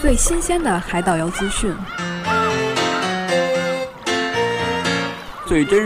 最新鲜的海岛游资讯。最真